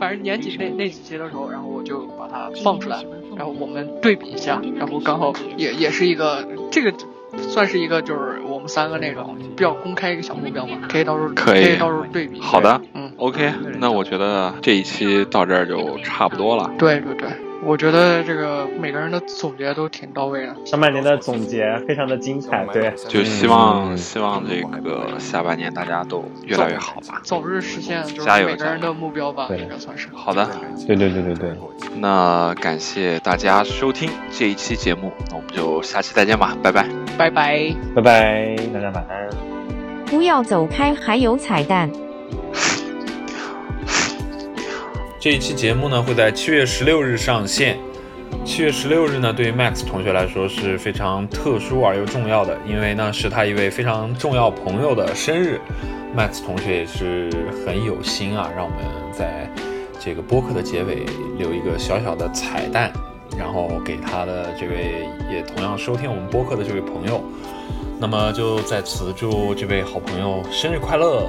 Speaker 3: 反正年底那那几期的时候，然后我就把它放出来，然后我们对比一下，然后刚好也也是一个这个算是一个就是我们三个那种比较公开一个小目标嘛，可以到时候
Speaker 2: 可以
Speaker 3: 到时候对比。
Speaker 2: 好的，
Speaker 3: 嗯，
Speaker 2: OK，那我觉得这一期到这儿就差不多了。
Speaker 3: 对对对，我觉得这个每个人的总结都挺到位的。
Speaker 4: 上半年的总结非常的精 彩，对，
Speaker 2: 就希望、
Speaker 4: 嗯
Speaker 2: 希望这个下半年大家都越来越好吧。
Speaker 3: 早日实现就是
Speaker 2: 加油
Speaker 3: 每个人
Speaker 2: 加
Speaker 3: 的目标吧，
Speaker 4: 对
Speaker 3: 应该算是。
Speaker 2: 好的，
Speaker 4: 对对对对对，
Speaker 2: 那感谢大家收听这一期节目，那我们就下期再见吧，拜拜。
Speaker 3: 拜拜。
Speaker 4: 拜拜，大家晚安。
Speaker 6: 不要走开，还有彩蛋。
Speaker 7: 这一期节目呢会在七月十六日上线。七月十六日呢，对于 Max 同学来说是非常特殊而又重要的，因为呢是他一位非常重要朋友的生日。Max 同学也是很有心啊，让我们在这个播客的结尾留一个小小的彩蛋，然后给他的这位也同样收听我们播客的这位朋友。那么就在此祝这位好朋友生日快乐！